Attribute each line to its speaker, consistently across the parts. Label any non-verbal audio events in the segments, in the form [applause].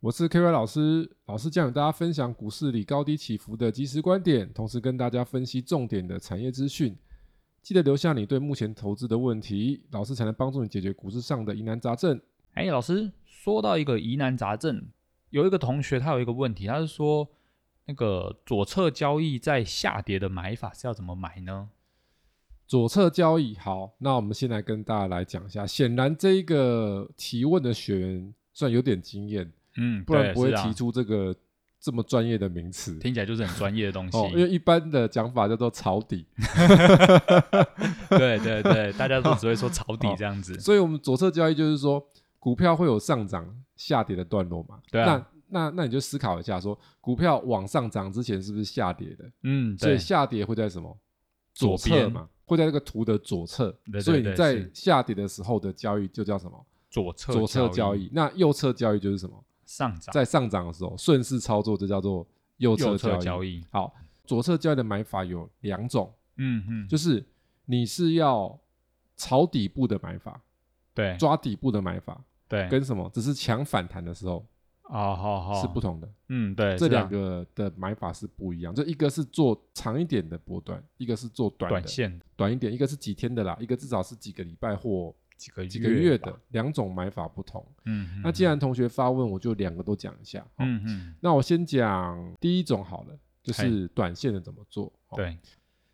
Speaker 1: 我是 KY 老师，老师将与大家分享股市里高低起伏的即时观点，同时跟大家分析重点的产业资讯。记得留下你对目前投资的问题，老师才能帮助你解决股市上的疑难杂症。
Speaker 2: 哎，老师，说到一个疑难杂症，有一个同学他有一个问题，他是说那个左侧交易在下跌的买法是要怎么买呢？
Speaker 1: 左侧交易，好，那我们先来跟大家来讲一下。显然，这一个提问的学员算有点经验，
Speaker 2: 嗯，
Speaker 1: 不然
Speaker 2: 对
Speaker 1: 不会
Speaker 2: 是啊
Speaker 1: 提出这个这么专业的名词。
Speaker 2: 听起来就是很专业的东西。
Speaker 1: 哦，因为一般的讲法叫做抄底，
Speaker 2: 对对对，大家都只会说抄底
Speaker 1: 哦
Speaker 2: 这样子。
Speaker 1: 所以我们左侧交易就是说，股票会有上涨、下跌的段落嘛？
Speaker 2: 对啊
Speaker 1: 那那那你就思考一下说，股票往上涨之前是不是下跌的？
Speaker 2: 嗯，
Speaker 1: 所以
Speaker 2: 对，
Speaker 1: 下跌会在什么？
Speaker 2: 左
Speaker 1: 左
Speaker 2: 边
Speaker 1: 侧嘛，会在这个图的左侧。
Speaker 2: 对对
Speaker 1: 所以
Speaker 2: 对
Speaker 1: 你在
Speaker 2: 是
Speaker 1: 下跌的时候的交易就叫什么？
Speaker 2: 左侧
Speaker 1: 左侧交
Speaker 2: 易
Speaker 1: 易。那右侧交易就是什么？
Speaker 2: 上涨，
Speaker 1: 在上涨的时候顺势操作，就叫做右
Speaker 2: 右
Speaker 1: 侧
Speaker 2: 侧
Speaker 1: 交易。
Speaker 2: 交易。
Speaker 1: 好，左侧交易的买法有两种，
Speaker 2: 嗯嗯，
Speaker 1: 就是你是要抄底部的买法，
Speaker 2: 对
Speaker 1: 抓底部的买法。
Speaker 2: 对，
Speaker 1: 跟什么只是抢反弹的时候
Speaker 2: 哦好好
Speaker 1: 是不，同的，
Speaker 2: 嗯对，
Speaker 1: 这
Speaker 2: 是啊
Speaker 1: 两个的买法是不一样。就一个是做长一点的波段，一个是做短的
Speaker 2: 短线
Speaker 1: 短一点，一个是几天的啦，一个至少是几个礼拜或
Speaker 2: 几个
Speaker 1: 几个月
Speaker 2: 吧
Speaker 1: 的，，两种买法不同。
Speaker 2: 嗯，
Speaker 1: 那既然同学发问，我就两个都讲一下。哦
Speaker 2: 嗯嗯
Speaker 1: 那我先讲第一种好了，就是短线的怎么做。
Speaker 2: 嗯，
Speaker 1: 哦
Speaker 2: 对，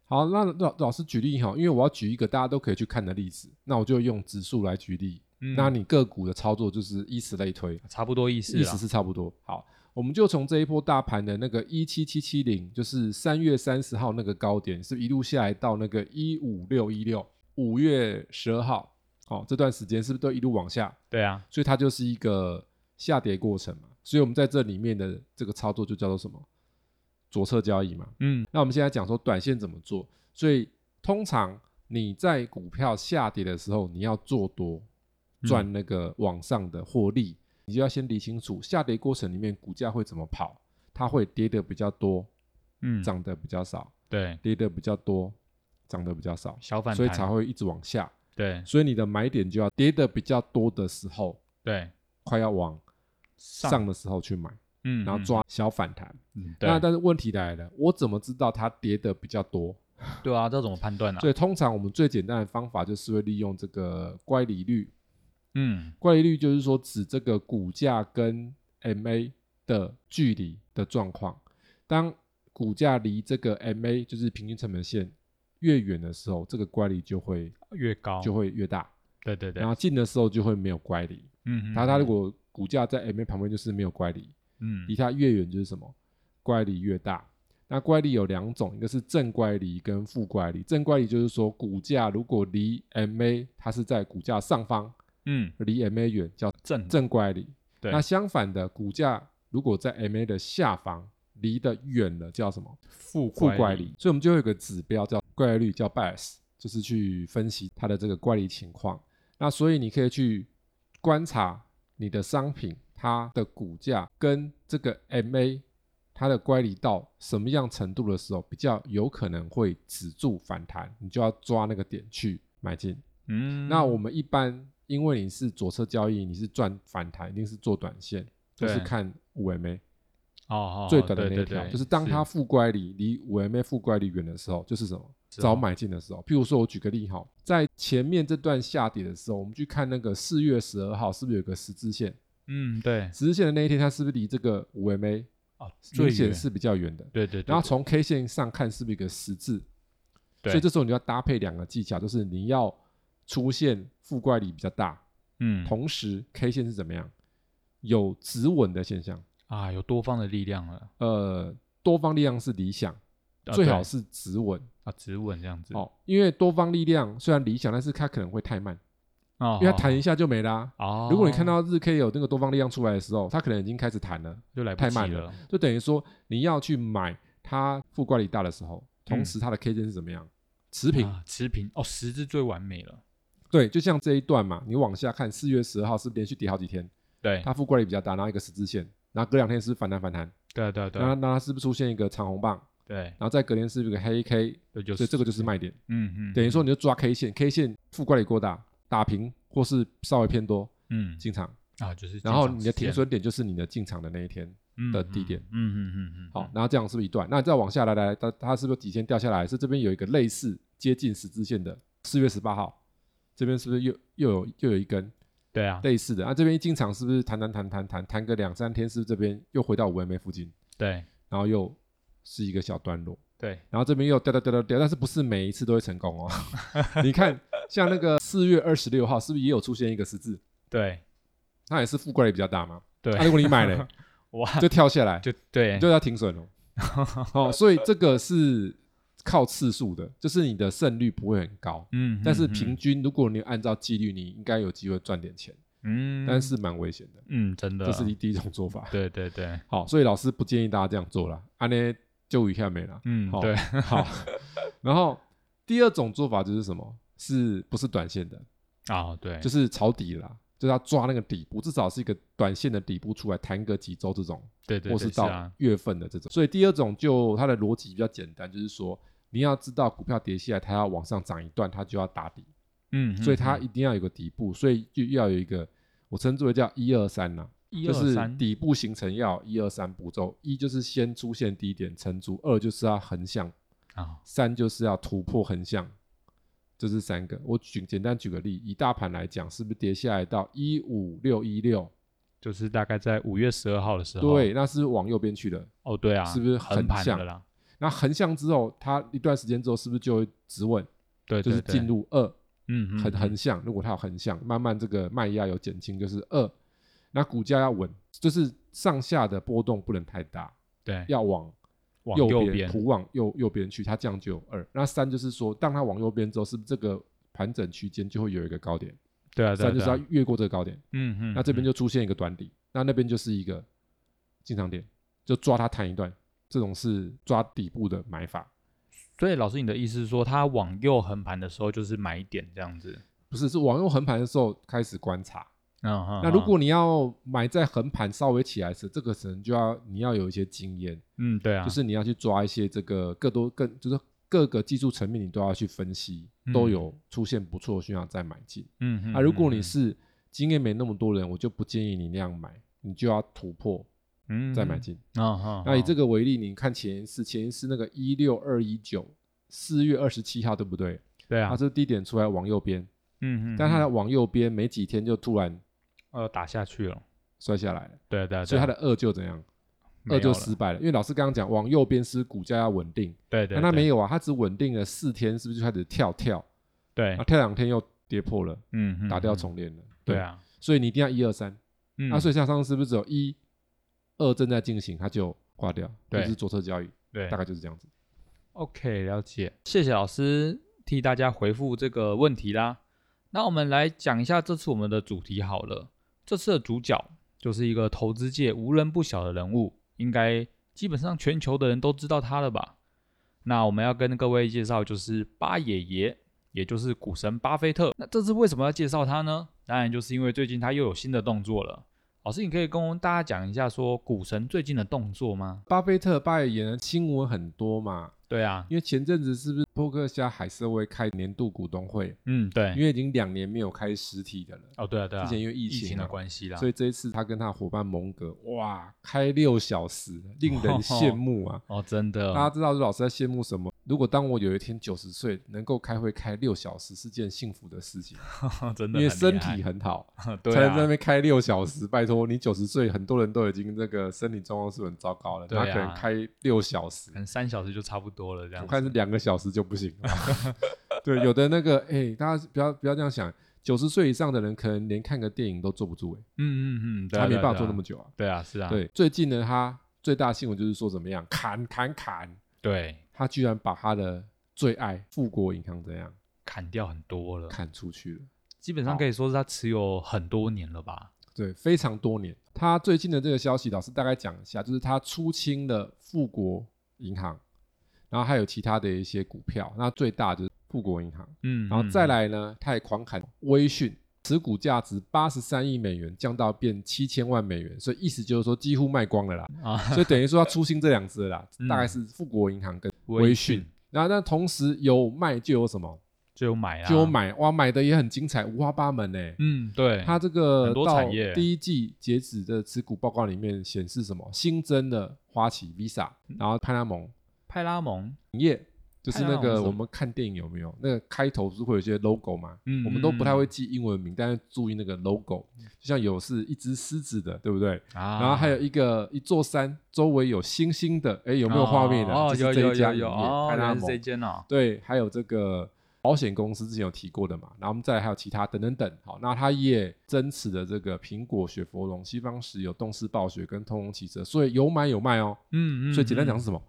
Speaker 1: 好，那老老师举例哈，因为我要举一个大家都可以去看的例子，那我就用指数来举例。
Speaker 2: 嗯
Speaker 1: 那你个股的操作就是依此类推。
Speaker 2: 差不多意思
Speaker 1: 意
Speaker 2: 啦
Speaker 1: 思。是差不多。好，我们就从这一波大盘的那个一七七七零，就是三月三十号那个高点，是一路下来到那个一五六一六，五月十二号，哦，这段时间是不是都一路往下？
Speaker 2: 对啊，
Speaker 1: 所以它就是一个下跌过程嘛。所以我们在这里面的这个操作就叫做什么？左侧交易嘛。
Speaker 2: 嗯，
Speaker 1: 那我们现在讲说短线怎么做，所以通常你在股票下跌的时候，你要做多
Speaker 2: 嗯
Speaker 1: 赚那个往上的获利，你就要先理清楚下跌过程里面股价会怎么跑，它会跌得比较多，
Speaker 2: 嗯，
Speaker 1: 涨得比较少，
Speaker 2: 对，
Speaker 1: 跌得比较多，涨得比较少，
Speaker 2: 小反弹，
Speaker 1: 所以才会一直往下。
Speaker 2: 对
Speaker 1: 所以你的买点就要跌得比较多的时候，
Speaker 2: 对
Speaker 1: 快要往
Speaker 2: 上
Speaker 1: 上的时候去买，
Speaker 2: 嗯，
Speaker 1: 然后抓小反弹。
Speaker 2: 嗯，嗯
Speaker 1: 那
Speaker 2: 对
Speaker 1: 但是问题来了，我怎么知道它跌得比较多？
Speaker 2: 对啊，这怎么判断呢？
Speaker 1: 所以通常我们最简单的方法就是会利用这个乖离率。
Speaker 2: 嗯，
Speaker 1: 乖离率就是说指这个股价跟 MA 的距离的状况。当股价离这个 MA 就是平均成本线越远的时候，这个乖离就会
Speaker 2: 越高
Speaker 1: 就会越大，
Speaker 2: 对对对
Speaker 1: 然，后近的时候就会没有乖离。
Speaker 2: 嗯，
Speaker 1: 它它如
Speaker 2: 果
Speaker 1: 果股价在 MA 旁边就是没有乖离，
Speaker 2: 嗯
Speaker 1: 离它越远就是什么？乖离越大。那乖离有两种，一个是正乖离跟负乖离。正乖离就是说，股价如果离 MA 它是在股价上方，
Speaker 2: 嗯
Speaker 1: 离 MA 远叫
Speaker 2: 正
Speaker 1: 正乖离。
Speaker 2: 对
Speaker 1: 那相反的，股价如果在 MA 的下方，离得远了叫什么？
Speaker 2: 负
Speaker 1: 负乖离。所以我们就会有一个指标叫乖离率，叫 bias，就是去分析它的这个乖离情况。那所以你可以去观察你的商品它的股价跟这个 MA 它的乖离到什么样程度的时候，比较有可能会止住反弹，你就要抓那个点去买进。
Speaker 2: 嗯，
Speaker 1: 那我们一般因为你是左侧交易，你是赚反弹，一定是做短线，就是
Speaker 2: 对
Speaker 1: 看五 MA。
Speaker 2: 哦哦
Speaker 1: 最短的那
Speaker 2: 对
Speaker 1: 一
Speaker 2: 对
Speaker 1: 条，
Speaker 2: 对
Speaker 1: 就是当它负乖离离五 MA 负乖离远的时候，就是什么
Speaker 2: 是哦
Speaker 1: 早买进的时候。譬如说，我举个例哈，在前面这段下跌的时候，我们去看那个四月十二号是不是有个十字线？
Speaker 2: 嗯对
Speaker 1: 十字线的那一天，它是不是离这个五 MA
Speaker 2: 哦最
Speaker 1: 明显
Speaker 2: 远
Speaker 1: 是比较远的？
Speaker 2: 对对对，
Speaker 1: 然后从 K 线上看是不是一个十字？
Speaker 2: 对
Speaker 1: 所以这时候你就要搭配两个技巧，就是你要出现负乖离比较大，
Speaker 2: 嗯
Speaker 1: 同时 K 线是怎么样有止稳的现象，
Speaker 2: 啊有多方的力量了，
Speaker 1: 呃，多方力量是理想。
Speaker 2: 啊
Speaker 1: 最
Speaker 2: 对
Speaker 1: 好是止稳哦
Speaker 2: 啊止稳这样子
Speaker 1: 哦，因为多方力量虽然理想，但是它可能会太慢，
Speaker 2: 哦，
Speaker 1: 因为它弹一下就没啦、啊
Speaker 2: 哦，
Speaker 1: 如果你看到日 K 有那个多方力量出来的时候，它可能已经开始弹了，
Speaker 2: 就来不
Speaker 1: 太
Speaker 2: 及
Speaker 1: 慢了
Speaker 2: 了，
Speaker 1: 就等于说你要去买它负乖离大的时候，同时它的 K 线是怎么样？持
Speaker 2: 嗯
Speaker 1: 平，
Speaker 2: 啊持平哦，十字最完美了，
Speaker 1: 对，就像这一段嘛，你往下看，四月十二号是连续跌好几天，
Speaker 2: 对，
Speaker 1: 它负乖离比较大，然后一个十字线，然后隔两天是反弹反弹，
Speaker 2: 对啊对对
Speaker 1: 那那它是不是出现一个长红棒？
Speaker 2: 对，
Speaker 1: 然后再隔天是一个黑 K，
Speaker 2: 这就
Speaker 1: 所
Speaker 2: 是
Speaker 1: 以这个就是卖点，
Speaker 2: 嗯嗯，
Speaker 1: 等于说你就抓 K 线，K 线负乖离过大，打平或是稍微偏多
Speaker 2: 嗯
Speaker 1: 进场，
Speaker 2: 啊，就是进
Speaker 1: 然后
Speaker 2: 场
Speaker 1: 你的
Speaker 2: 时间
Speaker 1: 停损点就是你的进场的那一天。
Speaker 2: 嗯
Speaker 1: 的地点
Speaker 2: 嗯嗯嗯嗯，
Speaker 1: 好，然后这样是不是一段？那你再往下来，来，它它是不是底线掉下来？是这边有一个类似接近十字线的，四月十八号，这边是不是又又有又有一根
Speaker 2: 对啊，
Speaker 1: 类似的？那这边一进场是不是弹弹弹弹弹弹个两三天，是不是这边又回到五 MA 附近，
Speaker 2: 对
Speaker 1: 然后又是一个小段落，
Speaker 2: 对，
Speaker 1: 然后这边又掉掉掉掉掉，但是不是每一次都会成
Speaker 2: [laughs]
Speaker 1: 功哦？你看，像那个四月二十六号，是不是也有出现一个十字？
Speaker 2: 对
Speaker 1: 它也是富贵率比较大嘛？
Speaker 2: 对
Speaker 1: 那、啊如果你
Speaker 2: [laughs]
Speaker 1: 买了，
Speaker 2: 哇，
Speaker 1: 就跳下来，
Speaker 2: 就对
Speaker 1: 你就要停损
Speaker 2: [laughs]
Speaker 1: 哦。哦，所以这个是靠次数的，就是你的胜率不会很高，
Speaker 2: 嗯，
Speaker 1: 但是
Speaker 2: 嗯
Speaker 1: 平，均如果你按照纪律，你应该有机会赚点钱，
Speaker 2: 嗯，
Speaker 1: 但是蛮危险的。
Speaker 2: 嗯，真的，
Speaker 1: 这是你第一种做法。
Speaker 2: 对对对，
Speaker 1: 好，所以老师不建议大家这样做啦，安呢就一下没了。
Speaker 2: 嗯
Speaker 1: 好
Speaker 2: 对， [laughs]
Speaker 1: 好，然后第二种做法就是什么？是不是短线的？
Speaker 2: 啊对，
Speaker 1: 就是是抄底啦，就是要抓那个底部，至少是一个短线的底部出来，弹个几周这种。
Speaker 2: 对对，
Speaker 1: 或
Speaker 2: 对
Speaker 1: 是
Speaker 2: 是
Speaker 1: 到
Speaker 2: 啊，
Speaker 1: 月份的这种。所以第二种就它的逻辑比较简单，就是说你要知道股票跌下来，它要往上涨一段，它就要打底，
Speaker 2: 嗯，
Speaker 1: 所
Speaker 2: 嗯
Speaker 1: 以它
Speaker 2: 嗯
Speaker 1: 一定要有个底部，所以就要有一个我称之为叫一二三呐，
Speaker 2: 一
Speaker 1: 就
Speaker 2: 二
Speaker 1: 是
Speaker 2: 三，
Speaker 1: 底部形成要一二三步骤，一就是先出现低点撑住，二就是要横向，
Speaker 2: 啊，
Speaker 1: 三就是要突破横向。这是三个，我举简单举个例，以大盘来讲，是不是跌下来到一五六一六？
Speaker 2: 就是大概在五月十二号的时候，，
Speaker 1: 对，那是往右边去的。
Speaker 2: 哦对啊，
Speaker 1: 是不是
Speaker 2: 横
Speaker 1: 很
Speaker 2: 盘
Speaker 1: 像
Speaker 2: 的啦？
Speaker 1: 那横向之后，它一段时间之后是不是就会止稳，
Speaker 2: 对，
Speaker 1: 就是
Speaker 2: 对对
Speaker 1: 进入二
Speaker 2: 嗯
Speaker 1: 横
Speaker 2: 嗯
Speaker 1: 横向？如果它有横向，慢慢这个卖压有减轻，就是二。那股价要稳，就是上下的波动不能太大，
Speaker 2: 对，
Speaker 1: 要往
Speaker 2: 往
Speaker 1: 右
Speaker 2: 右
Speaker 1: 边，图往右右边去，它这样就有二。那三就是说，当它往右边之后，是不是这个盘整区间就会有一个高点？
Speaker 2: 对啊，对啊
Speaker 1: 三就
Speaker 2: 对
Speaker 1: 是要
Speaker 2: 啊
Speaker 1: 越过这个高点，
Speaker 2: 嗯嗯，
Speaker 1: 那这边
Speaker 2: 嗯
Speaker 1: 就出现一个短底，那那边就是一个进场点，就抓它弹一段。这种是抓底部的买法。
Speaker 2: 所以老师，你的意思是说，它往右横盘的时候就是买点这样子？
Speaker 1: 不是，是往右横盘的时候开始观察。
Speaker 2: 嗯哼
Speaker 1: 那如果你要买在横盘稍微起来时，这个可能就要你要有一些经验，
Speaker 2: 嗯对啊，
Speaker 1: 就是你要去抓一些这个更多更就是各个技术层面你都要去分析，
Speaker 2: 嗯
Speaker 1: 都有出现不错的讯号再买进。
Speaker 2: 嗯嗯
Speaker 1: 啊，如果你
Speaker 2: 嗯
Speaker 1: 是经验没那么多人，我就不建议你那样买，你就要突破
Speaker 2: 嗯
Speaker 1: 再买进。
Speaker 2: 啊哈，
Speaker 1: 那以这
Speaker 2: 个
Speaker 1: 个为例，你看前一次，前一次那个一六二一九，四月二十七号对不对？
Speaker 2: 对啊
Speaker 1: 它，是低点出来往右边，
Speaker 2: 嗯嗯，
Speaker 1: 但
Speaker 2: 嗯
Speaker 1: 它的往右边没几天就突然
Speaker 2: 呃打下去了，
Speaker 1: 摔下来了，
Speaker 2: 对啊对啊，
Speaker 1: 所以它
Speaker 2: 的
Speaker 1: 的二就怎样？
Speaker 2: 没
Speaker 1: 二就
Speaker 2: 有
Speaker 1: 失
Speaker 2: 了
Speaker 1: 败了。因为老师刚刚讲，往右边是股价要稳定，
Speaker 2: 对对，
Speaker 1: 那它
Speaker 2: 对
Speaker 1: 没有啊，它只稳定了四天，是不是就开始跳跳？
Speaker 2: 对
Speaker 1: 然后，跳两天又跌破了，
Speaker 2: 嗯嗯
Speaker 1: 打掉
Speaker 2: 嗯
Speaker 1: 重练了。
Speaker 2: 对，啊，
Speaker 1: 所以你一定要一二三。
Speaker 2: 嗯
Speaker 1: 那所以像上次是不是只有一、二正在进行，它就挂掉，就
Speaker 2: 对
Speaker 1: 是左侧交易，
Speaker 2: 对
Speaker 1: 大概就是这样子。
Speaker 2: OK，了解，谢谢老师替大家回复这个问题啦。那我们来讲一下这次我们的主题好了。这次的主角就是一个投资界无人不晓的人物，应该基本上全球的人都知道他了吧？那我们要跟各位介绍就是巴爷爷，也就是股神巴菲特。那这次为什么要介绍他呢？当然就是因为最近他又有新的动作了。老师，你可以跟大家讲一下说股神最近的动作吗？
Speaker 1: 巴菲特、巴爷呢新闻很多嘛，
Speaker 2: 对啊，
Speaker 1: 因为前阵子是不是波克夏海瑟威开年度股东会？
Speaker 2: 嗯，对，
Speaker 1: 因为已经两年没有开实体的了。
Speaker 2: 哦，对啊，对啊，
Speaker 1: 之前因为疫
Speaker 2: 疫
Speaker 1: 情
Speaker 2: 的
Speaker 1: 嘛
Speaker 2: 关系啦，
Speaker 1: 所以这一次他跟他伙伴蒙格，哇，开六小时，令人羡慕啊！
Speaker 2: 哦，真的，
Speaker 1: 大家知道老师在羡慕什么？如果当我有一天九十岁能够开会开六小时，是件幸福的
Speaker 2: [laughs]
Speaker 1: 事情，
Speaker 2: 真
Speaker 1: 因
Speaker 2: 的，
Speaker 1: 为身体，很好，
Speaker 2: 对
Speaker 1: 才能
Speaker 2: 啊，
Speaker 1: 在那边开六小时。拜托，你九十岁，很多人都已经这个身体状况是很糟糕了，
Speaker 2: 对啊
Speaker 1: 他可能开六小时
Speaker 2: 可，能三小时就差不多了，这样
Speaker 1: 我
Speaker 2: 子。
Speaker 1: 看是两个小时就不行了。 [laughs] 对，有的那个，哎、大家不要不要这样想，九十岁以上的人可能连看个电影都坐不住、哎、
Speaker 2: 嗯嗯嗯，对啊
Speaker 1: 他没
Speaker 2: 对啊
Speaker 1: 办
Speaker 2: 对啊
Speaker 1: 法坐那么久啊。
Speaker 2: 对啊，是啊，
Speaker 1: 对，最近呢，他最大新闻就是说怎么样砍砍砍，
Speaker 2: 对，
Speaker 1: 他居然把他的最爱富国银行怎样
Speaker 2: 砍掉很多了，
Speaker 1: 砍出去了，
Speaker 2: 基本上可以说是它持有很多年了吧？
Speaker 1: 对，非常多年。他最近的这个消息，老师大概讲一下，就是他出清了富国银行，然后还有其他的一些股票，那最大就是富国银行，
Speaker 2: 嗯，
Speaker 1: 然后
Speaker 2: 嗯
Speaker 1: 再来呢，他也狂砍微讯，持股价值八十三亿美元降到变七千万美元，所以意思就是说几乎卖光
Speaker 2: [laughs]
Speaker 1: 了啦，
Speaker 2: 啊，
Speaker 1: [laughs] 所以等于说他出清这两只了啦，
Speaker 2: 嗯
Speaker 1: 大概是富国银行跟
Speaker 2: 微
Speaker 1: 微讯。那那同时有卖就有什么，
Speaker 2: 就有买啊，
Speaker 1: 就有，买哇，买的也很精彩，五花八门呢、欸
Speaker 2: 嗯，对，
Speaker 1: 它这个
Speaker 2: 很多
Speaker 1: 到
Speaker 2: 产业
Speaker 1: 第一季截止的持股报告里面显示什么？新增的花旗、Visa，然
Speaker 2: 嗯
Speaker 1: 后派拉蒙
Speaker 2: 派拉蒙，
Speaker 1: 影业，就是那
Speaker 2: 派拉蒙是什
Speaker 1: 个
Speaker 2: 么
Speaker 1: 我们看电影有没有那个开头是会有一些 logo 嘛？
Speaker 2: 嗯
Speaker 1: 我们都不太会记英文名，但是注意那个 logo，就像有是一只狮子的，对不对？
Speaker 2: 啊，
Speaker 1: 然后还有一个一座山，周围有星星的，哎，有没有画面的？
Speaker 2: 哦，哦
Speaker 1: 就
Speaker 2: 有
Speaker 1: 是这
Speaker 2: 有
Speaker 1: 一
Speaker 2: 有
Speaker 1: 家影业
Speaker 2: 有，哦，
Speaker 1: 派
Speaker 2: 原来
Speaker 1: 拉
Speaker 2: 是这
Speaker 1: 蒙。
Speaker 2: 间哦，
Speaker 1: 对，还有这个保险公司之前有提过的嘛，然后我们再来还有其他等等等。好，那它也增持的这个苹果、雪佛龙、西方石油、动视暴雪跟通用汽车，所以有买有卖哦。
Speaker 2: 嗯嗯，
Speaker 1: 所以简单
Speaker 2: 嗯
Speaker 1: 讲是什么？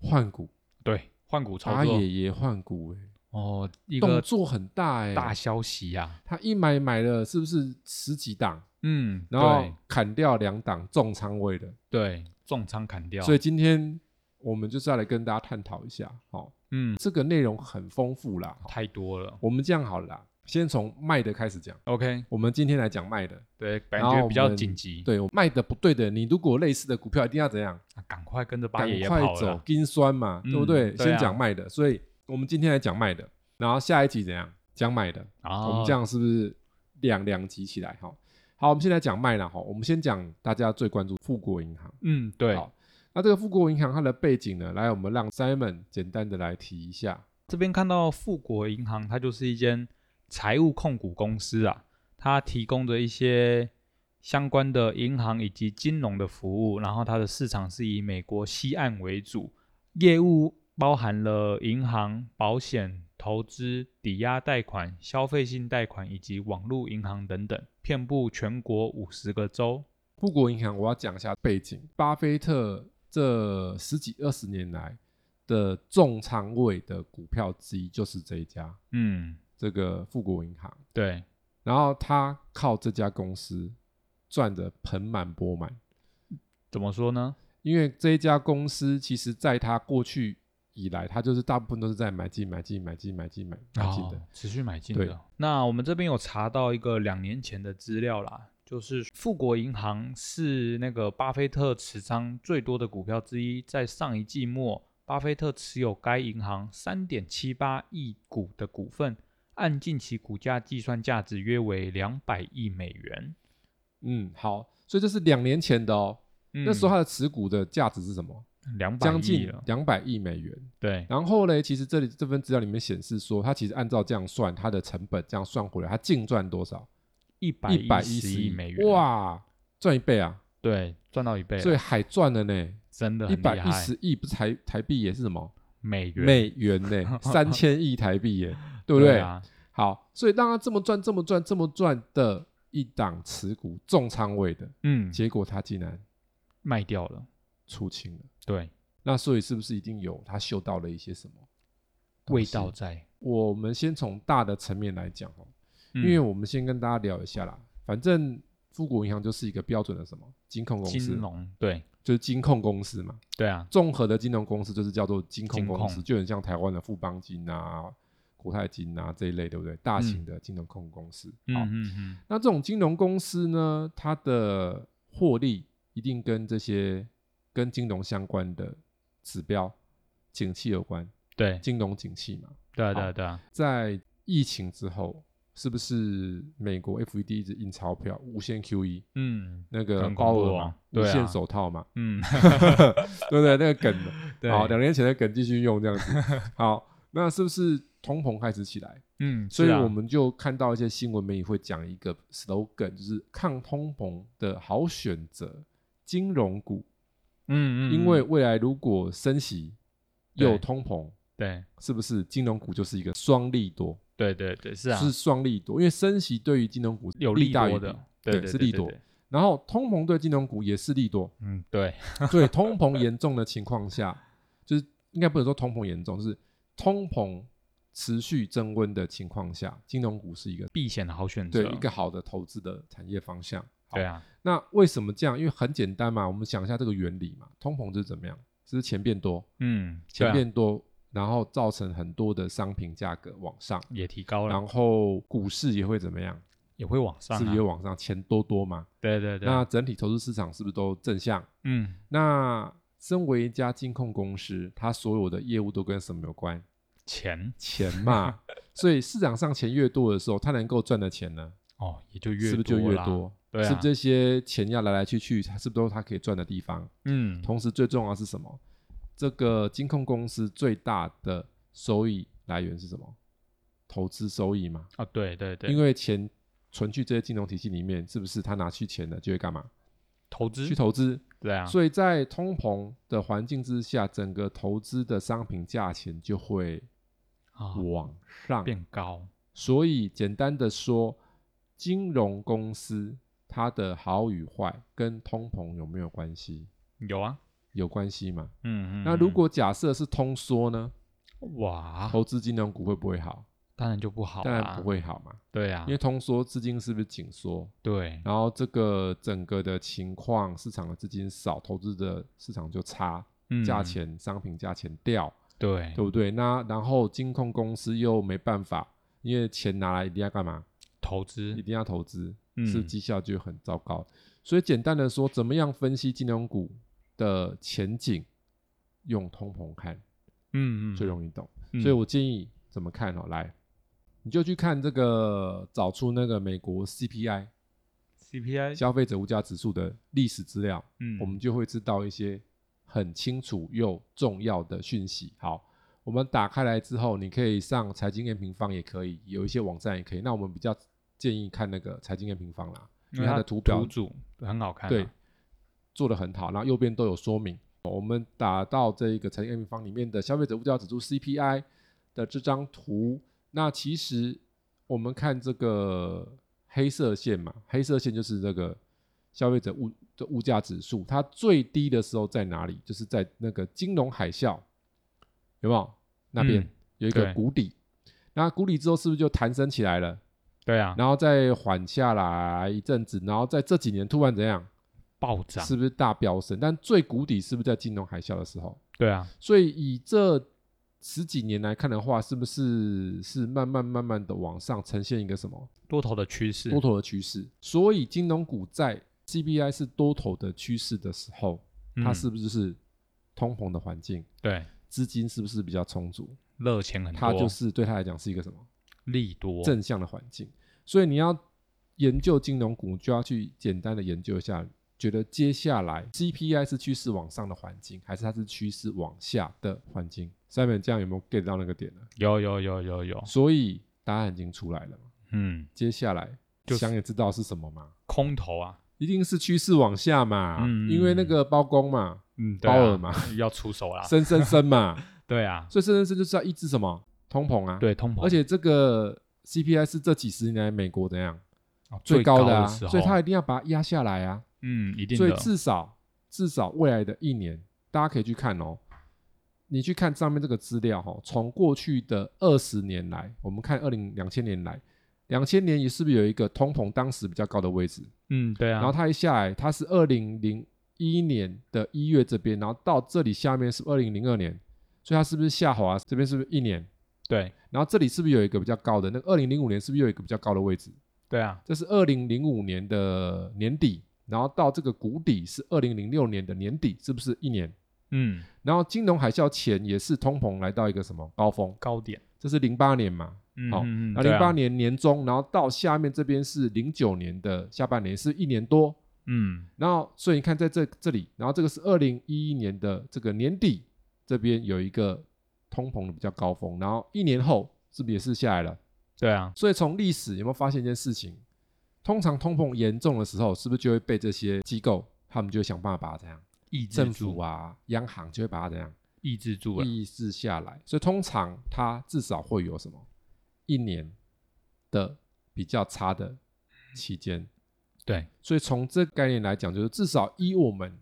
Speaker 1: 换股，
Speaker 2: 对，换股操
Speaker 1: 打
Speaker 2: 作
Speaker 1: 野爷换股、欸，
Speaker 2: 哦，一
Speaker 1: 哎，动
Speaker 2: 个
Speaker 1: 作很大哎、
Speaker 2: 大消息啊呀，
Speaker 1: 他一买买了是不是十几档，
Speaker 2: 嗯，
Speaker 1: 然后砍掉两档重仓位的，
Speaker 2: 对对重仓砍掉，
Speaker 1: 所以今天我们就是要来跟大家探讨一下，好、
Speaker 2: 嗯，
Speaker 1: 这个内容很丰富啦。好
Speaker 2: 太多了
Speaker 1: 我们这样好了啦，先从卖的开始讲。
Speaker 2: ，OK，
Speaker 1: 我们今天来讲卖的，
Speaker 2: 对，感
Speaker 1: 然后
Speaker 2: 觉比较
Speaker 1: 我们
Speaker 2: 紧急，
Speaker 1: 对，卖的不对的，你如果类似的股票一定要怎样，
Speaker 2: 啊赶快跟着八
Speaker 1: 赶
Speaker 2: 爷爷
Speaker 1: 快
Speaker 2: 跑
Speaker 1: 走
Speaker 2: 了，，
Speaker 1: 金酸嘛，
Speaker 2: 嗯
Speaker 1: 对不对？
Speaker 2: 对啊
Speaker 1: 先讲卖的，所以我们今天来讲卖的，然后下一集怎样讲买的，
Speaker 2: 啊，
Speaker 1: 我们这样是不是两两集起来？好，好，我们现在讲卖了哈，我们先讲大家最关注富国银行。
Speaker 2: 嗯，对，
Speaker 1: 好那这个富国银行它的背景呢，来，我们让 Simon 简单的来提一下。
Speaker 2: 这边看到富国银行，它就是一间财务控股公司啊，它提供着一些相关的银行以及金融的服务，然后它的市场是以美国西岸为主，业务包含了银行、保险、投资、抵押贷款、消费性贷款以及网络银行等等，遍布全国五十个州。
Speaker 1: 富国银行，我要讲一下背景。巴菲特这十几二十年来的重仓位的股票之一就是这一家，
Speaker 2: 嗯，
Speaker 1: 这个富国银行。
Speaker 2: 对，
Speaker 1: 然后他靠这家公司赚得盆满钵满，
Speaker 2: 怎么说呢？
Speaker 1: 因为这一家公司其实在他过去以来，他就是大部分都是在买进、买进、买进、买进、买买进的。
Speaker 2: 哦、持续买进
Speaker 1: 对
Speaker 2: 的。那我们这边有查到一个两年前的资料啦，就是富国银行是那个巴菲特持仓最多的股票之一，在上一季末，巴菲特持有该银行三点七八亿股的股份，按近期股价计算，价值约为两百亿美元。
Speaker 1: 嗯，好，所以这是两年前的哦。
Speaker 2: 嗯
Speaker 1: 那时候他的持股的价值是什么？
Speaker 2: 两百
Speaker 1: 将
Speaker 2: 亿
Speaker 1: 近
Speaker 2: 了，
Speaker 1: 两百亿美元。
Speaker 2: 对，
Speaker 1: 然后呢，其实这里这份资料里面显示说，它其实按照这样算，它的成本这样算回来，它净赚多少？
Speaker 2: 一百
Speaker 1: 一百一
Speaker 2: 十
Speaker 1: 十
Speaker 2: 亿美元，，
Speaker 1: 哇，赚一倍啊！
Speaker 2: 对，赚到一倍了，
Speaker 1: 所以还赚了呢，
Speaker 2: 真的
Speaker 1: 一
Speaker 2: 很
Speaker 1: 百
Speaker 2: 厉
Speaker 1: 一
Speaker 2: 害，
Speaker 1: 十亿不是台台币也是什么
Speaker 2: 美元，
Speaker 1: 美元呢？
Speaker 2: [laughs]
Speaker 1: 三千亿台币耶，对不
Speaker 2: 对
Speaker 1: 对？
Speaker 2: 啊，
Speaker 1: 好，所以让他这么赚、这么赚、这么赚的一档持股重仓位的，
Speaker 2: 嗯，
Speaker 1: 结果他竟然
Speaker 2: 卖掉了，
Speaker 1: 出清了。
Speaker 2: 对。
Speaker 1: 那所以是不是一定有他嗅到了一些什么东
Speaker 2: 味
Speaker 1: 西
Speaker 2: 道在，
Speaker 1: 我们先从大的层面来讲哦，因为
Speaker 2: 嗯
Speaker 1: 我们先跟大家聊一下啦。反正富国银行就是一个标准的什么金控公
Speaker 2: 金
Speaker 1: 司，
Speaker 2: 融对
Speaker 1: 就是金控公司嘛。
Speaker 2: 对啊，
Speaker 1: 综合的金融公司就是叫做金控公
Speaker 2: 金
Speaker 1: 司，
Speaker 2: 控
Speaker 1: 就很像台湾的富邦金啊、国泰金啊这一类，对不对？大型的金融控公司。
Speaker 2: 嗯
Speaker 1: 好，
Speaker 2: 嗯嗯，
Speaker 1: 那这种金融公司呢，它的获利一定跟这些跟金融相关的指标、景气有关，
Speaker 2: 对
Speaker 1: 金融景气嘛。
Speaker 2: 对啊对
Speaker 1: 好
Speaker 2: 啊对啊，
Speaker 1: 在疫情之后，是不是美国 FED 一直印钞票，无限 QE
Speaker 2: 嗯
Speaker 1: 那个
Speaker 2: 很恐
Speaker 1: 鲍
Speaker 2: 怖
Speaker 1: 尔
Speaker 2: 啊
Speaker 1: 嘛，无
Speaker 2: 对啊
Speaker 1: 限手套嘛，
Speaker 2: 嗯，
Speaker 1: 对不对？那个梗的，
Speaker 2: [laughs] 对，
Speaker 1: 好，两年前的梗继续用这
Speaker 2: [laughs]
Speaker 1: 样子。好，那是不是通膨开始起来？
Speaker 2: 嗯，
Speaker 1: 所以
Speaker 2: 是啊
Speaker 1: 我们就看到一些新闻媒体会讲一个 slogan，就是抗通膨的好选择，金融股，
Speaker 2: 嗯嗯，
Speaker 1: 因为
Speaker 2: 嗯
Speaker 1: 未来如果升息
Speaker 2: 对
Speaker 1: 又通膨，
Speaker 2: 对
Speaker 1: 是不是金融股就是一个双利多？
Speaker 2: 对对对是啊，
Speaker 1: 是双利多，因为升息对于金融股
Speaker 2: 有
Speaker 1: 利大于
Speaker 2: 多
Speaker 1: 弊
Speaker 2: 的，
Speaker 1: 对
Speaker 2: 对
Speaker 1: 是利，多
Speaker 2: 对对对
Speaker 1: 然后通膨对金融股也是
Speaker 2: [laughs]
Speaker 1: 利多，
Speaker 2: 嗯对，
Speaker 1: 所以通膨严重的情况下，就是应该不能说通膨严重，就是通膨持续增温的情况下，金融股是一个
Speaker 2: 避险的好选择。
Speaker 1: 对一个好的投资的产业方向。好
Speaker 2: 对啊，
Speaker 1: 那为什么这样？因为很简单嘛，我们想一下这个原理嘛，通膨就是怎么样？就是钱变多，
Speaker 2: 嗯，对
Speaker 1: 钱
Speaker 2: 啊
Speaker 1: 变多，然后造成很多的商品价格往上，
Speaker 2: 也提高了，
Speaker 1: 然后股市也会怎么样？
Speaker 2: 也会往上、啊。
Speaker 1: 是不是也往上？钱多多嘛？
Speaker 2: 对对对，啊
Speaker 1: 那整体投资市场是不是都正向？
Speaker 2: 嗯，
Speaker 1: 那身为一家金控公司，它所有的业务都跟什么有关？
Speaker 2: 钱
Speaker 1: 钱
Speaker 2: [laughs]
Speaker 1: 嘛。所以市场上钱越多的时候，它能够赚的钱呢，
Speaker 2: 哦也就越多
Speaker 1: 是不是就越
Speaker 2: 啦？
Speaker 1: 多？
Speaker 2: 对啊
Speaker 1: 是不是这些钱要来来去去，它是不是都是它可以赚的地方？
Speaker 2: 嗯，
Speaker 1: 同时最重要的是什么？这个金控公司最大的收益来源是什么？投资收益嘛。
Speaker 2: 啊对对对，
Speaker 1: 因
Speaker 2: 为
Speaker 1: 为钱存去这些金融体系里面，是不是他拿去钱了就会干嘛？
Speaker 2: 投资
Speaker 1: 去投资。
Speaker 2: 对啊，
Speaker 1: 所以在通膨的环境之下，整个投资的商品价钱就会
Speaker 2: 啊
Speaker 1: 往上。
Speaker 2: 变高，
Speaker 1: 所以简单的说，金融公司它的好与坏跟通膨有没有关系？
Speaker 2: 有啊，
Speaker 1: 有关系嘛？
Speaker 2: 嗯嗯，
Speaker 1: 那如
Speaker 2: 嗯
Speaker 1: 果假设是通缩呢？
Speaker 2: 哇，
Speaker 1: 投资金融股会不会好？
Speaker 2: 当然就不好
Speaker 1: 当
Speaker 2: 啦，
Speaker 1: 然不会好嘛，
Speaker 2: 对啊嗯
Speaker 1: 因，为通缩资金是不是紧缩？
Speaker 2: 对，
Speaker 1: 然后这个整个的情况，市场的资金少，投资的市场就差，
Speaker 2: 嗯
Speaker 1: 价钱、商品价钱掉，
Speaker 2: 对
Speaker 1: 对不对？那然后金控公司又没办法，因为钱拿来一定要干嘛？
Speaker 2: 投
Speaker 1: 一
Speaker 2: 资
Speaker 1: 定要投资，
Speaker 2: 嗯
Speaker 1: 是不是绩效就很糟糕。所以简单的说，怎么样分析金融股的前景？用通膨看
Speaker 2: 嗯嗯
Speaker 1: 最容易懂，
Speaker 2: 嗯
Speaker 1: 所以我建议怎么看哦？来，你就去看这个，找出那个美国 CPI
Speaker 2: CPI
Speaker 1: 消费者物价指数的历史资料，
Speaker 2: 嗯
Speaker 1: 我们就会知道一些很清楚又重要的讯息。好，我们打开来之后，你可以上财经 N 平方也可以，有一些网站也可以。那我们比较建议看那个财经 N 平方啦，因为它的图表
Speaker 2: 组很好看啊，
Speaker 1: 对做的很好，然后右边都有说明。我们打到这个财经 N 平方里面的消费者物价指数 CPI 的这张图，那其实我们看这个黑色线嘛，黑色线就是这个消费者物的物价指数，它最低的时候在哪里？就是在那个金融海啸，有没有？那边、
Speaker 2: 嗯
Speaker 1: 有一个
Speaker 2: 对
Speaker 1: 谷底，那谷底之后是不是就弹升起来了？
Speaker 2: 对啊，
Speaker 1: 然后再缓下来一阵子，然后在这几年突然怎样？
Speaker 2: 暴涨，
Speaker 1: 是不是大飙升？但最谷底是不是在金融海啸的时候？
Speaker 2: 对啊，
Speaker 1: 所以以这十几年来看的话，是不是是慢慢慢慢的往上呈现一个什么
Speaker 2: 多头的趋势，
Speaker 1: 多头的趋势？所以金融股在 CPI 是多头的趋势的时候，它
Speaker 2: 嗯
Speaker 1: 是不是就是通膨的环境，
Speaker 2: 对
Speaker 1: 资金是不是比较充足？
Speaker 2: 热钱很多，
Speaker 1: 它就是对它来讲是一个什么
Speaker 2: 利多，
Speaker 1: 正向的环境？所以你要研究金融股，就要去简单的研究一下觉得接下来 CPI 是趋势往上的环境，还是它是趋势往下的环境？Simon，这样有没有 get 到那个点呢？
Speaker 2: 有有有有有，
Speaker 1: 所以答案已经出来了嘛，
Speaker 2: 嗯，
Speaker 1: 接下来
Speaker 2: 就是
Speaker 1: 想也知道是什么嘛，
Speaker 2: 空头啊，
Speaker 1: 一定是趋势往下嘛，
Speaker 2: 嗯
Speaker 1: 因为那个包公嘛，
Speaker 2: 嗯，
Speaker 1: 鲍尔嘛，
Speaker 2: [laughs] 要出手啦，
Speaker 1: 升升升嘛， [laughs]
Speaker 2: 对啊，
Speaker 1: 所以升升升就是要抑制什么通膨啊，，
Speaker 2: 对通膨，
Speaker 1: 而且这个 CPI 是这几十年来美国怎样
Speaker 2: 哦
Speaker 1: 最高的啊，
Speaker 2: 时候，
Speaker 1: 所以它一定要把它压下来啊，
Speaker 2: 嗯一定
Speaker 1: 所以
Speaker 2: 的，
Speaker 1: 至少至少未来的一年，大家可以去看哦。你去看上面这个资料哈、哦，从过去的二十年来，我们看二零两千年来，两千年也是不是有一个通膨当时比较高的位置？
Speaker 2: 嗯对啊，
Speaker 1: 然后它一下来，它是二零零一年的一月这边，然后到这里下面是二零零二年，所以它是不是下滑？这边是不是一年？
Speaker 2: 对
Speaker 1: 然后这里是不是有一个比较高的？那二零零五年是不是又有一个比较高的位置？
Speaker 2: 对啊，
Speaker 1: 这是二零零五年的年底，然后到这个谷底是二零零六年的年底，是不是一年？
Speaker 2: 嗯
Speaker 1: 然后金融海啸前也是通膨来到一个什么高峰？
Speaker 2: 高点，
Speaker 1: 这是零八年嘛？
Speaker 2: 嗯
Speaker 1: 好
Speaker 2: 嗯嗯，
Speaker 1: 那
Speaker 2: 对
Speaker 1: 零
Speaker 2: 啊
Speaker 1: 八，年年中，然后到下面这边是零九年的下半年，是一年多。
Speaker 2: 嗯
Speaker 1: 然后所以你看在这这里，然后这个是二零一一年的这个年底这边有一个通膨的比较高峰，然后一年后是不是也是下来了？
Speaker 2: 对啊，
Speaker 1: 所以从历史有没有发现一件事情？通常通膨严重的时候，是不是就会被这些机构，他们就会想办法把它怎样？
Speaker 2: 抑制
Speaker 1: 政府
Speaker 2: 住，
Speaker 1: 啊、央行就会把它怎样
Speaker 2: 抑制住了，
Speaker 1: 抑制下来。所以通常它至少会有什么一年的比较差的期间。
Speaker 2: 对，
Speaker 1: 所以从这概念来讲，就是至少依我们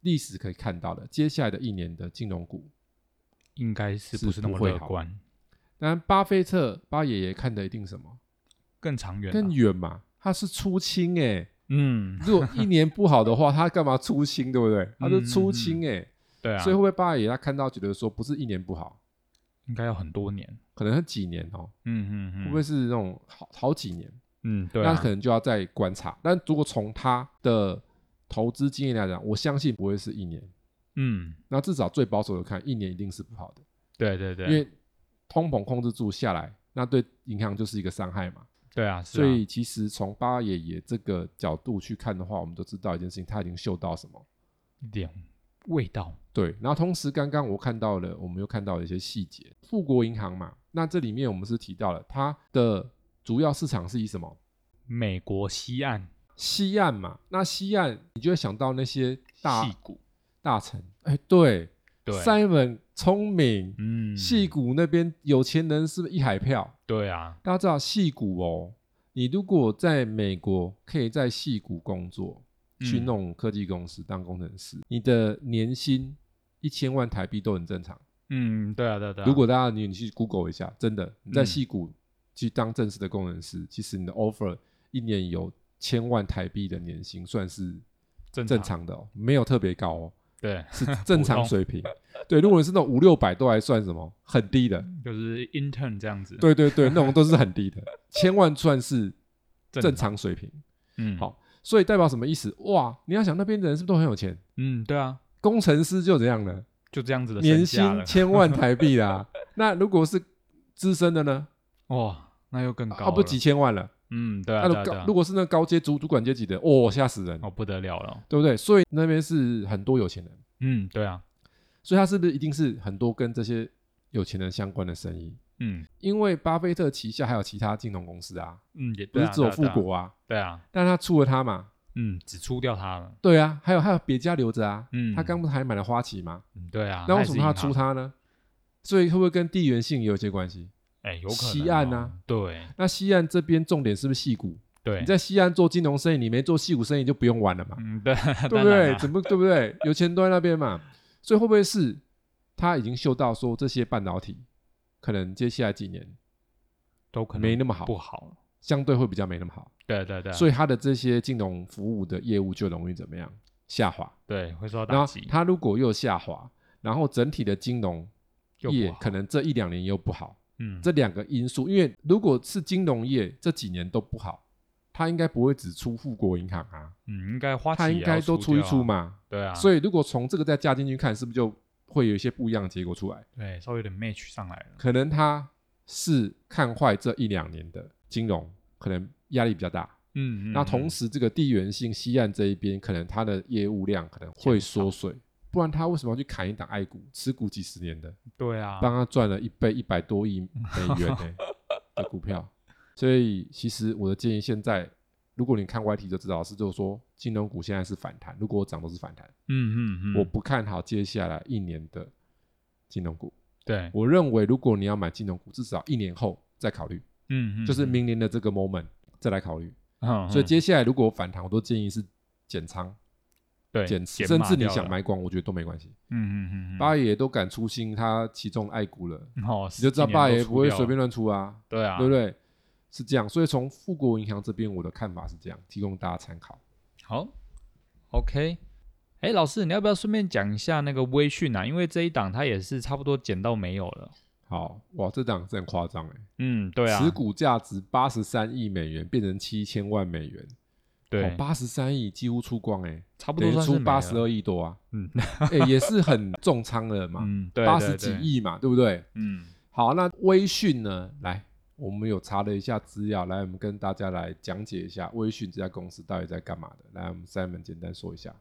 Speaker 1: 历史可以看到的，接下来的一年的金融股
Speaker 2: 应该是
Speaker 1: 是
Speaker 2: 不是那
Speaker 1: 不
Speaker 2: 么
Speaker 1: 会
Speaker 2: 乐
Speaker 1: 好
Speaker 2: 观，
Speaker 1: 那巴菲特巴爷爷看的一定什么
Speaker 2: 更长远啊，
Speaker 1: 更远嘛？他是出清哎、
Speaker 2: 嗯，
Speaker 1: [laughs] 如果一年不好的话，他干嘛出清，对不对？他是出清哎、
Speaker 2: 对啊，嗯
Speaker 1: 所以会不会巴爷爷他看到觉得说不是一年不好，
Speaker 2: 应该要很多年，
Speaker 1: 可能是几年哦，
Speaker 2: 嗯嗯嗯，
Speaker 1: 会不会是那种好好几年？
Speaker 2: 嗯，对、
Speaker 1: 那
Speaker 2: 啊，
Speaker 1: 可能就要再观察。但如果从他的投资经验来讲，我相信不会是一年。
Speaker 2: 嗯，
Speaker 1: 那至少最保守的看，一年一定是不好的，
Speaker 2: 对对
Speaker 1: 因
Speaker 2: 对，
Speaker 1: 为通膨控制住下来，那对银行就是一个伤害嘛。
Speaker 2: 对啊，是啊
Speaker 1: 所以其实从八爷爷这个角度去看的话，我们都知道一件事情，他已经嗅到什么。
Speaker 2: 一点味道，
Speaker 1: 对，然后同时刚刚我看到了，我们又看到了一些细节，富国银行嘛，那这里面我们是提到了它的主要市场是以什么
Speaker 2: 美国西岸
Speaker 1: 西岸嘛，那西岸你就会想到那些大
Speaker 2: 戏谷，
Speaker 1: 大城，哎，对
Speaker 2: 对，
Speaker 1: ，Simon 聪明，
Speaker 2: 嗯，
Speaker 1: 戏谷那边有钱人是不是一海票？
Speaker 2: 对啊，
Speaker 1: 大家知道戏谷哦，你如果在美国可以在戏谷工作，
Speaker 2: 嗯
Speaker 1: 去弄科技公司当工程师，你的年薪一千万台币都很正常。
Speaker 2: 嗯，对啊，对啊对啊，
Speaker 1: 如果大家你你去 Google 一下，真的你在
Speaker 2: 嗯
Speaker 1: 戏谷去当正式的工程师，其实你的 offer 一年有千万台币的年薪，算是
Speaker 2: 正
Speaker 1: 正
Speaker 2: 常
Speaker 1: 常的哦，没有特别高
Speaker 2: [laughs]
Speaker 1: 哦，
Speaker 2: 对，
Speaker 1: 是正常水平。对，如果你是那种五六百都还算什么很低的，
Speaker 2: 就是 intern 这样子，，
Speaker 1: 对对对，那种都是很
Speaker 2: [laughs]
Speaker 1: 低的，千万算是
Speaker 2: 正
Speaker 1: 正常水平。
Speaker 2: 嗯，
Speaker 1: 好所以代表什么意思？哇，你要想那边的人是不是都很有钱？
Speaker 2: 嗯，对啊，
Speaker 1: 工程师就这样呢，
Speaker 2: 就这样子的
Speaker 1: 年
Speaker 2: 身
Speaker 1: 薪
Speaker 2: 价了，
Speaker 1: 千万台币
Speaker 2: [laughs]
Speaker 1: 啦。那如果是资深的呢，
Speaker 2: 哇、那又更高
Speaker 1: 啊
Speaker 2: 了，
Speaker 1: 不几千万了。
Speaker 2: 嗯，对啊，
Speaker 1: 那
Speaker 2: 对
Speaker 1: 如
Speaker 2: 啊，对啊
Speaker 1: 高如，果是那高阶主主管阶级的，哦吓死人，
Speaker 2: 哦，不得了了，
Speaker 1: 对不对？所以那边是很多有钱人，
Speaker 2: 嗯，对啊，
Speaker 1: 所以他是不是一定是很多跟这些有钱人相关的生意？
Speaker 2: 嗯
Speaker 1: 因为巴菲特旗下还有其他金融公司啊，
Speaker 2: 嗯，也
Speaker 1: 不
Speaker 2: 对
Speaker 1: 是
Speaker 2: 啊
Speaker 1: 只有富
Speaker 2: 对啊对啊
Speaker 1: 国啊，
Speaker 2: 对啊，
Speaker 1: 但他出了他嘛，
Speaker 2: 嗯，只出掉他了，
Speaker 1: 对啊，还有还有别家留着啊，
Speaker 2: 嗯
Speaker 1: 他刚不是还买了花旗吗？
Speaker 2: 嗯，对啊，
Speaker 1: 那
Speaker 2: 也
Speaker 1: 为
Speaker 2: 是
Speaker 1: 什么他
Speaker 2: 银行
Speaker 1: 出？它呢？所以会不会跟地缘性也有一些关系？
Speaker 2: 哎、有可能、
Speaker 1: 西岸啊
Speaker 2: 啊，对
Speaker 1: 那西岸这边重点是不是戏股？
Speaker 2: 对，
Speaker 1: 你在西岸做金融生意，你没做戏股生意就不用玩了嘛，
Speaker 2: 嗯，对，
Speaker 1: 对不
Speaker 2: 当然
Speaker 1: 对？
Speaker 2: 啦
Speaker 1: 怎么对不对？有钱都在那边嘛，所以会不会是他已经嗅到说这些半导体可能接下来几年
Speaker 2: 都可能
Speaker 1: 没那么好，
Speaker 2: 不好了。
Speaker 1: 相对会比较没那么好，
Speaker 2: 对对对，啊
Speaker 1: 所
Speaker 2: 以
Speaker 1: 以他的这些金融服务的业务就容易怎么样下滑？
Speaker 2: 对会受到
Speaker 1: 然
Speaker 2: 打
Speaker 1: 后
Speaker 2: 击，
Speaker 1: 他如果又下滑，然后整体的金融
Speaker 2: 又不
Speaker 1: 业
Speaker 2: 好
Speaker 1: 可能这一两年又不好。
Speaker 2: 嗯，
Speaker 1: 这两个因素，因为如果是金融业这几年都不好，它应该不会只出富国银行啊，
Speaker 2: 嗯应该花旗
Speaker 1: 它应
Speaker 2: 也要
Speaker 1: 该都出一
Speaker 2: 掉啊
Speaker 1: 出，嘛。
Speaker 2: 对啊，以
Speaker 1: 所以如果从这个再加进去看，是不是就会有一些不一样的结果出来？
Speaker 2: 对稍微有点 match 上来了，
Speaker 1: 可能它是看坏这一两年的金融，可能压力比较大。
Speaker 2: 嗯，嗯
Speaker 1: 那同时，这个地缘性西岸这一边，可能它的业务量可能会缩水。不然他为什么要去砍一档 I 股，持股几十年的？
Speaker 2: 嗯对啊，
Speaker 1: 帮他赚了一倍一百多亿美元
Speaker 2: [laughs]
Speaker 1: 呢、的股票。所以其实我的建议，现在如果你看 YT 就知道，是就是说金融股现在是反弹，如果涨都是反弹，
Speaker 2: 嗯嗯嗯，
Speaker 1: 我不看好接下来一年的金融股。
Speaker 2: 对，
Speaker 1: 我认为如果你要买金融股，至少一年后再考虑，
Speaker 2: 嗯嗯，
Speaker 1: 就是明年的这个 moment 再来考虑。
Speaker 2: 嗯，
Speaker 1: 所以
Speaker 2: 嗯
Speaker 1: 接下来如果反弹，我都建议是减仓、
Speaker 2: 对
Speaker 1: 减持，
Speaker 2: 减
Speaker 1: 甚
Speaker 2: 码
Speaker 1: 至你
Speaker 2: 掉
Speaker 1: 想
Speaker 2: 了，
Speaker 1: 买广，我觉得都没关系。
Speaker 2: 嗯嗯嗯嗯，
Speaker 1: 八爷都敢出新，他其中爱股了，
Speaker 2: 哦，
Speaker 1: 你就知道
Speaker 2: 10
Speaker 1: 爸
Speaker 2: 年
Speaker 1: 也
Speaker 2: 都
Speaker 1: 不会
Speaker 2: 出掉
Speaker 1: 随便
Speaker 2: 了，
Speaker 1: 乱出啊，
Speaker 2: 对啊，
Speaker 1: 对不对？是这样，所以从富国银行这边，我的看法是这样，提供大家参考。
Speaker 2: 好，OK。哎，老师，你要不要顺便讲一下那个微讯啊？因为这一档它也是差不多减到没有了。
Speaker 1: 好，哇，这档真的很夸张哎、
Speaker 2: 嗯，对啊，
Speaker 1: 持股价值八十三亿美元变成七千万美元，哦
Speaker 2: 对，
Speaker 1: 八十三亿几乎出光哎、
Speaker 2: 差不
Speaker 1: 等
Speaker 2: 多
Speaker 1: 于
Speaker 2: 算
Speaker 1: 出
Speaker 2: 是
Speaker 1: 八十
Speaker 2: 二，
Speaker 1: 二亿多啊，
Speaker 2: 嗯
Speaker 1: 哎、也是很重仓了嘛，
Speaker 2: 嗯， [laughs] 对，
Speaker 1: 八
Speaker 2: 对
Speaker 1: 十几，
Speaker 2: 对
Speaker 1: 亿嘛，对不对？
Speaker 2: 嗯，
Speaker 1: 好，那微讯呢？来，我们有查了一下资料，来，我们跟大家来讲解一下微讯这家公司到底在干嘛的。来，我们 Simon 简单说一下。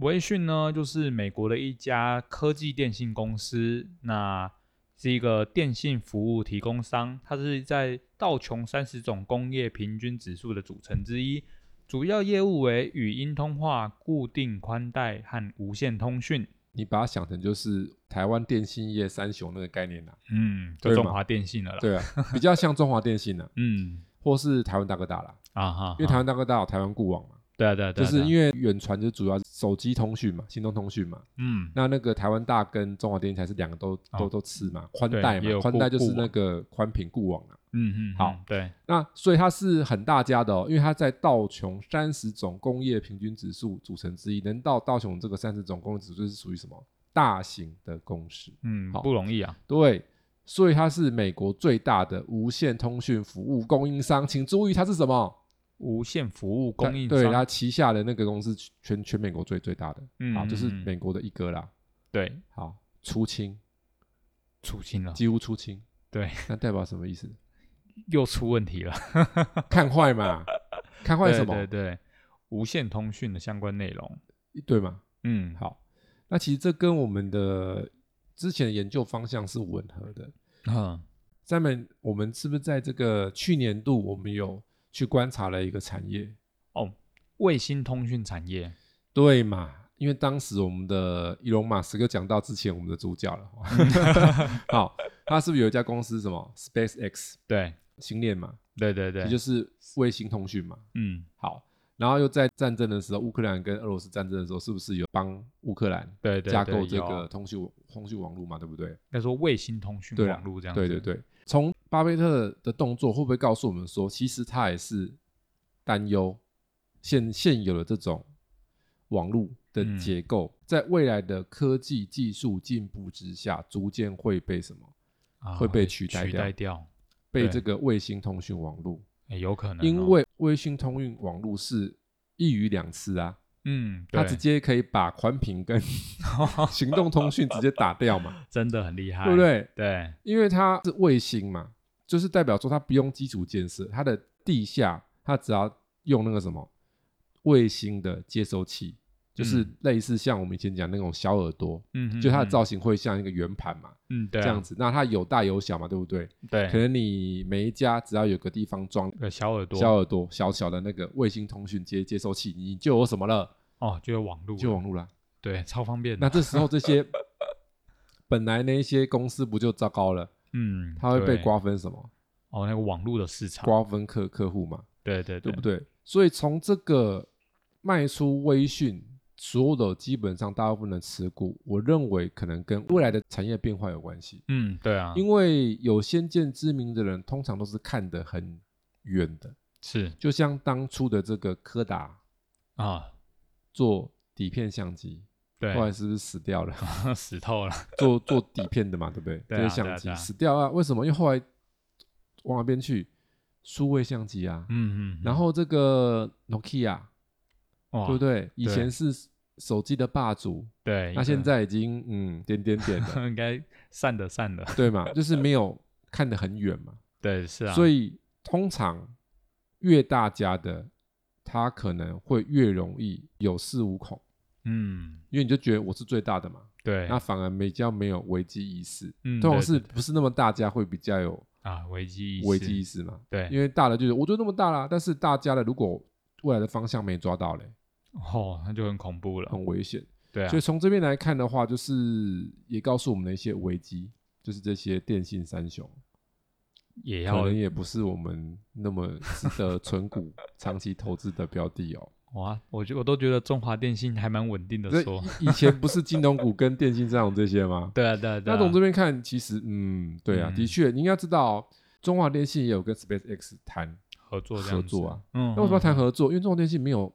Speaker 2: 微讯呢，就是美国的一家科技电信公司，那是一个电信服务提供商，它是在道琼三十种工业平均指数的组成之一，主要业务为语音通话、固定宽带和无线通讯。
Speaker 1: 你把它想成就是台湾电信业三雄那个概念啦、
Speaker 2: 嗯，就
Speaker 1: 对
Speaker 2: 中
Speaker 1: 嘛
Speaker 2: 华电信了啦。，
Speaker 1: 对啊，比较像中华电信啦、啊
Speaker 2: 嗯
Speaker 1: 或是台湾大哥大啦，
Speaker 2: 啊哈，
Speaker 1: 因为台湾大哥大有台湾固网嘛，
Speaker 2: 对啊对啊，对
Speaker 1: 就
Speaker 2: 啊
Speaker 1: 是
Speaker 2: 对啊
Speaker 1: 因为远传就主要是手机通讯嘛，行动通讯嘛。
Speaker 2: 嗯
Speaker 1: 那那个台湾大跟中华电信才是两个都、
Speaker 2: 哦
Speaker 1: 都都吃嘛，宽
Speaker 2: 对
Speaker 1: 带
Speaker 2: 也有
Speaker 1: 嘛，宽
Speaker 2: 固
Speaker 1: 带就
Speaker 2: 固
Speaker 1: 是
Speaker 2: 网
Speaker 1: 那个宽频固网啊。
Speaker 2: 嗯嗯，
Speaker 1: 好
Speaker 2: 嗯，对，
Speaker 1: 那所以它是很大家的哦，因为它在道琼三十种工业平均指数组成之一，能到道琼这个三十种工业指数是属于什么大型的公司？
Speaker 2: 嗯，
Speaker 1: 好
Speaker 2: 不容易啊，
Speaker 1: 对，所以它是美国最大的无线通讯服务供应商。请注意，它是什么？
Speaker 2: 无线服务供应
Speaker 1: 它对
Speaker 2: 商，
Speaker 1: 它旗下的那个公司全全美国最最大的，
Speaker 2: 嗯
Speaker 1: 好，就是
Speaker 2: 嗯嗯
Speaker 1: 美国的一哥啦。
Speaker 2: 对，
Speaker 1: 好，出清，
Speaker 2: 出清了，
Speaker 1: 几乎出清，
Speaker 2: 对，
Speaker 1: 那代表什么意思？
Speaker 2: 又出问题
Speaker 1: [laughs]
Speaker 2: 了，
Speaker 1: 看
Speaker 2: [laughs]
Speaker 1: 坏嘛，看坏什么？
Speaker 2: 对对对，无线通讯的相关内容，
Speaker 1: 对嘛？
Speaker 2: 嗯，
Speaker 1: 好，那其实这跟我们的之前的研究方向是吻合的。
Speaker 2: 嗯，
Speaker 1: 下面我们是不是在这个去年度，我们有去观察了一个产业？
Speaker 2: 哦卫星通讯产业，
Speaker 1: 对嘛？因为当时我们的伊隆马斯克讲到之前我们的主角
Speaker 2: [laughs]
Speaker 1: 了， [laughs] 好，他是不是有一家公司什么 SpaceX
Speaker 2: 对
Speaker 1: 星链嘛，
Speaker 2: 对对对，
Speaker 1: 也就是卫星通讯嘛？
Speaker 2: 嗯，
Speaker 1: 好，然后又在战争的时候，乌克兰跟俄罗斯战争的时候，是不是有帮乌克兰
Speaker 2: 对对，
Speaker 1: 架
Speaker 2: 对
Speaker 1: 构这
Speaker 2: 有
Speaker 1: 个通讯通讯网络嘛？对不对？
Speaker 2: 应该说卫星通讯
Speaker 1: 对啊
Speaker 2: 网络这样子，
Speaker 1: 对对对，从巴菲特的动作会不会告诉我们说，其实他也是担忧现现有的这种网络的
Speaker 2: 嗯
Speaker 1: 结构，在未来的科技技术进步之下，逐渐会被什么？
Speaker 2: 啊，
Speaker 1: 会被取代
Speaker 2: 取
Speaker 1: 掉
Speaker 2: 代掉，
Speaker 1: 被
Speaker 2: 对
Speaker 1: 这个卫星通讯网络，
Speaker 2: 哎有可能哦，
Speaker 1: 因为卫星通讯网络是一鱼两吃啊，
Speaker 2: 嗯，
Speaker 1: 它
Speaker 2: 对
Speaker 1: 直接可以把宽频
Speaker 2: [laughs]
Speaker 1: 跟行动通讯直接打掉嘛，
Speaker 2: 真的很厉害，
Speaker 1: 对不？对？
Speaker 2: 对，
Speaker 1: 因为它是卫星嘛，就是代表说它不用基础建设，它的地下它只要用那个什么卫星的接收器，就是类似像我们以前讲那种小耳朵，
Speaker 2: 嗯，
Speaker 1: 就
Speaker 2: 嗯
Speaker 1: 它的，造型会像一个圆盘嘛，
Speaker 2: 嗯，对啊，哎
Speaker 1: 这样子。那它有大有小嘛，对不对？可
Speaker 2: 对，
Speaker 1: 能你每一家只要有个地方装
Speaker 2: 呃，小耳朵，
Speaker 1: 小耳朵、小小的那个卫星通讯接接收器，你就有什么了？
Speaker 2: 哦，就有网络，
Speaker 1: 就有网络啦。
Speaker 2: 对，超方便的，
Speaker 1: [laughs] 那这时候
Speaker 2: [laughs]
Speaker 1: 这些本来那一些公司不就糟糕了？
Speaker 2: 嗯，
Speaker 1: 它会被
Speaker 2: 对
Speaker 1: 瓜分什么？
Speaker 2: 哦，那个网络的市场，
Speaker 1: 瓜分客客户嘛，
Speaker 2: 对对
Speaker 1: 对不对？所以从这个卖出微讯，所有的基本上大部分的持股，我认为可能跟未来的产业变化有关系。
Speaker 2: 嗯，对啊，
Speaker 1: 因为有先见之明的人，通常都是看得很远的，
Speaker 2: 是
Speaker 1: 就像当初的这个柯达
Speaker 2: 啊，
Speaker 1: 做底片相机，
Speaker 2: 对，
Speaker 1: 后来是不是死掉了？
Speaker 2: [laughs] 死透了，
Speaker 1: 做做底片的嘛，对不对？
Speaker 2: 对啊对
Speaker 1: 这些相
Speaker 2: 啊
Speaker 1: 机、
Speaker 2: 对啊
Speaker 1: 死掉啊？为什么？因为后来往哪边去？数位相机啊，
Speaker 2: 嗯嗯，
Speaker 1: 然后这个 Nokia、
Speaker 2: 哇，
Speaker 1: 对不对？以
Speaker 2: 对
Speaker 1: 前是手机的霸主，
Speaker 2: 对，
Speaker 1: 那
Speaker 2: 一
Speaker 1: 现
Speaker 2: 个
Speaker 1: 在已经嗯点点
Speaker 2: [laughs]
Speaker 1: 点了，
Speaker 2: 应该散的散的，
Speaker 1: 对嘛？就是没有看得很远嘛，
Speaker 2: 对，是啊，
Speaker 1: 所
Speaker 2: 以
Speaker 1: 以通常越大家的，他可能会越容易有恃无恐，
Speaker 2: 嗯，
Speaker 1: 因为你就觉得我是最大的嘛，
Speaker 2: 对，
Speaker 1: 那反而比较没有危机意识。
Speaker 2: 嗯对
Speaker 1: 通常是
Speaker 2: 对
Speaker 1: 不是那么大家会比较有
Speaker 2: 啊，危机意
Speaker 1: 危
Speaker 2: 识
Speaker 1: 机意，识嘛？因
Speaker 2: 对，
Speaker 1: 为大的就是我就那么大啦，但是大家的如果未来的方向没抓到嘞，
Speaker 2: 哦，那就很恐怖了，
Speaker 1: 很危险。
Speaker 2: 对啊
Speaker 1: 所以，从这边来看的话，就是也告诉我们的一些危机，就是这些电信三雄
Speaker 2: 也
Speaker 1: 可
Speaker 2: 要
Speaker 1: 能也不是我们那么值得存股长期投资的标的哦。
Speaker 2: 哇，我觉我都觉得中华电信还蛮稳定的
Speaker 1: 这
Speaker 2: 说， [laughs]
Speaker 1: 以以前不是金融股跟电信三雄这些吗？
Speaker 2: 对啊对啊对
Speaker 1: 那
Speaker 2: 啊，
Speaker 1: 从这边看，其实嗯，对啊，
Speaker 2: 嗯
Speaker 1: 的确，你应该知道哦，中华电信也有跟 SpaceX 谈，
Speaker 2: 合作这
Speaker 1: 合
Speaker 2: 样子
Speaker 1: 作啊，
Speaker 2: 嗯，
Speaker 1: 那为什么要谈
Speaker 2: 嗯？
Speaker 1: 合作？因为中华电信没有，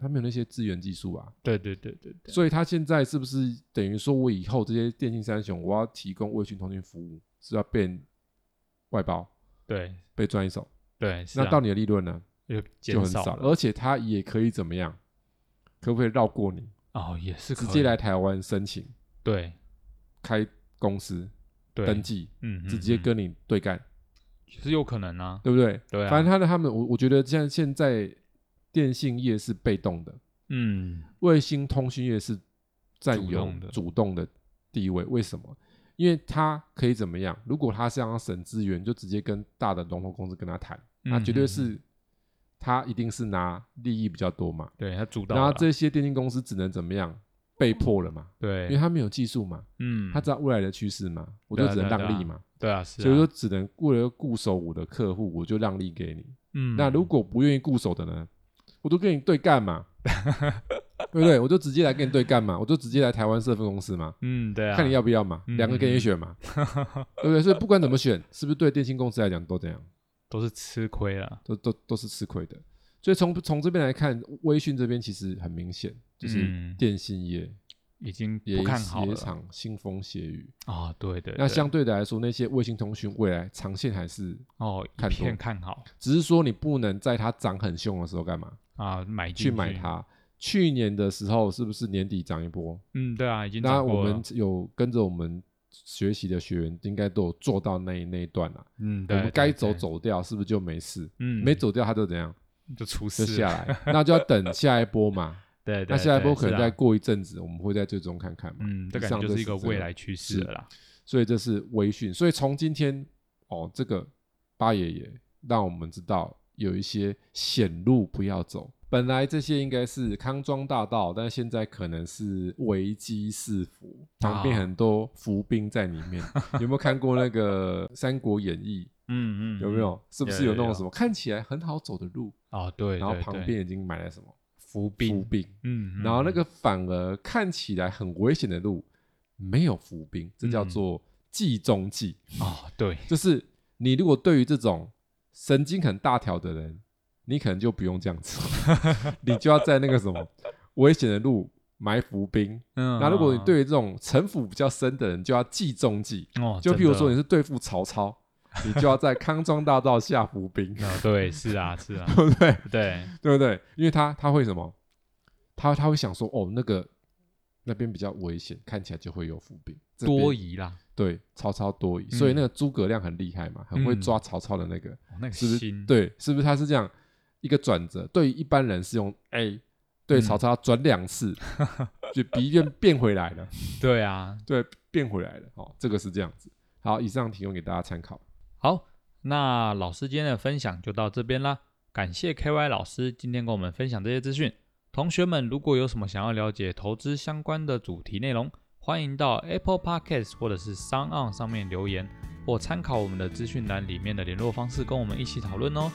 Speaker 1: 它没有那些资源技术啊。
Speaker 2: 对对对对对，
Speaker 1: 所以它现在是不是等于说，我以后这些电信三雄，我要提供卫讯通讯服务，是要变外包，
Speaker 2: 对
Speaker 1: 被赚一手？
Speaker 2: 对，是
Speaker 1: 那
Speaker 2: 啊
Speaker 1: 到你的利润呢，
Speaker 2: 就
Speaker 1: 就
Speaker 2: 减
Speaker 1: 很少
Speaker 2: 少
Speaker 1: 了，而且它也可以怎么样？可不可以绕过你，
Speaker 2: 哦，也是
Speaker 1: 直
Speaker 2: 可
Speaker 1: 接
Speaker 2: 以
Speaker 1: 来台湾申请
Speaker 2: 对
Speaker 1: 开公司
Speaker 2: 对，
Speaker 1: 登记，
Speaker 2: 嗯，嗯
Speaker 1: 直接
Speaker 2: 嗯
Speaker 1: 跟你对干，
Speaker 2: 是有可能啊，
Speaker 1: 对不对？
Speaker 2: 对啊，
Speaker 1: 反正他的他们，我我觉得像现在电信业是被动的，
Speaker 2: 嗯，
Speaker 1: 卫星通讯业是占
Speaker 2: 主
Speaker 1: 有
Speaker 2: 动的
Speaker 1: 主动的地位，为什么？因为它可以怎么样？如果它想要省资源，就直接跟大的龙头公司跟他谈，
Speaker 2: 嗯
Speaker 1: 那绝对是他一定是拿利益比较多嘛。
Speaker 2: 对他主导
Speaker 1: 然
Speaker 2: 了
Speaker 1: 后
Speaker 2: 啊，
Speaker 1: 这些电信公司只能怎么样？被迫了嘛，因为
Speaker 2: 对，
Speaker 1: 他没有技术嘛，
Speaker 2: 嗯，
Speaker 1: 他知道未来的趋势嘛，我就
Speaker 2: 对啊
Speaker 1: 只能
Speaker 2: 对啊对
Speaker 1: 让
Speaker 2: 啊
Speaker 1: 利嘛，
Speaker 2: 对啊，是啊，
Speaker 1: 所以说只能为了固守我的客户，我就让利给你。
Speaker 2: 嗯，
Speaker 1: 那如果不愿意固守的呢？我都跟你对
Speaker 2: [laughs]
Speaker 1: 干嘛，对不对？我就直接来跟你对干嘛，我就直接来台湾设分公司嘛，
Speaker 2: 嗯，对啊，
Speaker 1: 看你要不要嘛，
Speaker 2: 嗯
Speaker 1: 两个给你选嘛，对不对？所以不管怎么选，是不是对电信公司来讲都这样，
Speaker 2: 都是吃亏了，
Speaker 1: 都都都是吃亏的。所以从从这边来看，微讯这边其实很明显，就是
Speaker 2: 嗯
Speaker 1: 电信业
Speaker 2: 已经
Speaker 1: 也
Speaker 2: 不看好
Speaker 1: 也一
Speaker 2: 了
Speaker 1: 场腥风血雨。
Speaker 2: 啊，对对，
Speaker 1: 那
Speaker 2: 对
Speaker 1: 相对的来说，那些卫星通讯未来长线还是，
Speaker 2: 哦一
Speaker 1: 看多
Speaker 2: 片看好
Speaker 1: 只是说你不能在它涨很凶的时候干嘛
Speaker 2: 啊，买进
Speaker 1: 去买，它。去年的时候是不是年底涨一波？
Speaker 2: 嗯，对啊，已经
Speaker 1: 那
Speaker 2: 涨
Speaker 1: 我
Speaker 2: 过
Speaker 1: 们
Speaker 2: 了，
Speaker 1: 有跟着我们学习的学员，应该都有做到那一那一段啦。
Speaker 2: 嗯，
Speaker 1: 我
Speaker 2: 对，
Speaker 1: 们
Speaker 2: 对
Speaker 1: 该走，
Speaker 2: 对
Speaker 1: 走掉，是不是就没事？
Speaker 2: 嗯，
Speaker 1: 没走掉，它就怎样
Speaker 2: 就出
Speaker 1: 就
Speaker 2: 事
Speaker 1: 下
Speaker 2: 了，
Speaker 1: 来，那就要等下一波嘛。
Speaker 2: [laughs] 对，对
Speaker 1: 那下一
Speaker 2: 对
Speaker 1: 波可
Speaker 2: 是
Speaker 1: 能
Speaker 2: 啊
Speaker 1: 再过一阵子，我们会再最终看看嘛。
Speaker 2: 嗯，这
Speaker 1: 以
Speaker 2: 感
Speaker 1: 上
Speaker 2: 觉就
Speaker 1: 就是
Speaker 2: 一
Speaker 1: 是
Speaker 2: 个
Speaker 1: 这
Speaker 2: 未
Speaker 1: 个
Speaker 2: 来趋势
Speaker 1: 是
Speaker 2: 了啦。
Speaker 1: 所以这是微讯。所以从今天哦，这个八爷爷让我们知道有一些险路不要走。本来这些应该是康庄大道，但现在可能是危机四伏，旁边
Speaker 2: 啊
Speaker 1: 很多伏兵在里
Speaker 2: [laughs]
Speaker 1: 面。有没有看过那个《三国演义
Speaker 2: 嗯嗯，》？
Speaker 1: 有没有？是不是
Speaker 2: 有
Speaker 1: 有那
Speaker 2: 有
Speaker 1: 种什么看起来很好走的路，
Speaker 2: 哦，对，
Speaker 1: 然后
Speaker 2: 对
Speaker 1: 旁
Speaker 2: 对
Speaker 1: 边已经埋了什么
Speaker 2: 伏
Speaker 1: 伏
Speaker 2: 兵，
Speaker 1: 兵？
Speaker 2: 嗯，
Speaker 1: 然后那
Speaker 2: 嗯
Speaker 1: 个反而看起来很危险的路没有伏兵，这叫
Speaker 2: 嗯
Speaker 1: 做计中计。
Speaker 2: 哦，对，
Speaker 1: 就是你如果对于这种神经很大条的人，你可能就不用这
Speaker 2: [laughs]
Speaker 1: 样子，你就要在那个什么危险的路埋伏兵。
Speaker 2: 嗯，
Speaker 1: 那如果你
Speaker 2: 嗯
Speaker 1: 对于这种城府比较深的人，就要计中计。
Speaker 2: 哦，
Speaker 1: 就
Speaker 2: 真
Speaker 1: 譬如
Speaker 2: 的
Speaker 1: 说你，是对付曹操，你就要在康庄大道下伏兵，
Speaker 2: 哦对，是啊，是啊，
Speaker 1: [laughs] 对不对？
Speaker 2: 对，
Speaker 1: 对不对？因为他他会什么？他他会想说，哦，那个那边比较危险，看起来就会有伏兵。这边
Speaker 2: 多疑啦，
Speaker 1: 对曹操多疑，所以
Speaker 2: 嗯
Speaker 1: 那个诸葛亮很厉害嘛，很会
Speaker 2: 嗯
Speaker 1: 抓曹操的那个。
Speaker 2: 哦那个
Speaker 1: 是不是
Speaker 2: 心，，
Speaker 1: 对？是不是他是这样一个转折？对于一般人是用 A，对
Speaker 2: 嗯
Speaker 1: 曹操转
Speaker 2: [laughs]
Speaker 1: 两次，就鼻变变回来了，
Speaker 2: 对啊，
Speaker 1: 对，变回来了。哦，这个是这样子。好，以上提供给大家参考。
Speaker 2: 好，那老师今天的分享就到这边啦，感谢 KY 老师今天跟我们分享这些资讯。同学们如果有什么想要了解投资相关的主题内容，欢迎到 Apple Podcast 或者是 s o n On 上面留言，或参考我们的资讯栏里面的联络方式，跟我们一起讨论哦。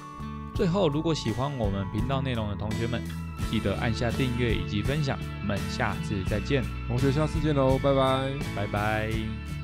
Speaker 2: 最后，如果喜欢我们频道内容的同学们，记得按下订阅以及分享。我们下次再见，
Speaker 1: 同学，下次见喽，拜拜。
Speaker 2: 拜拜。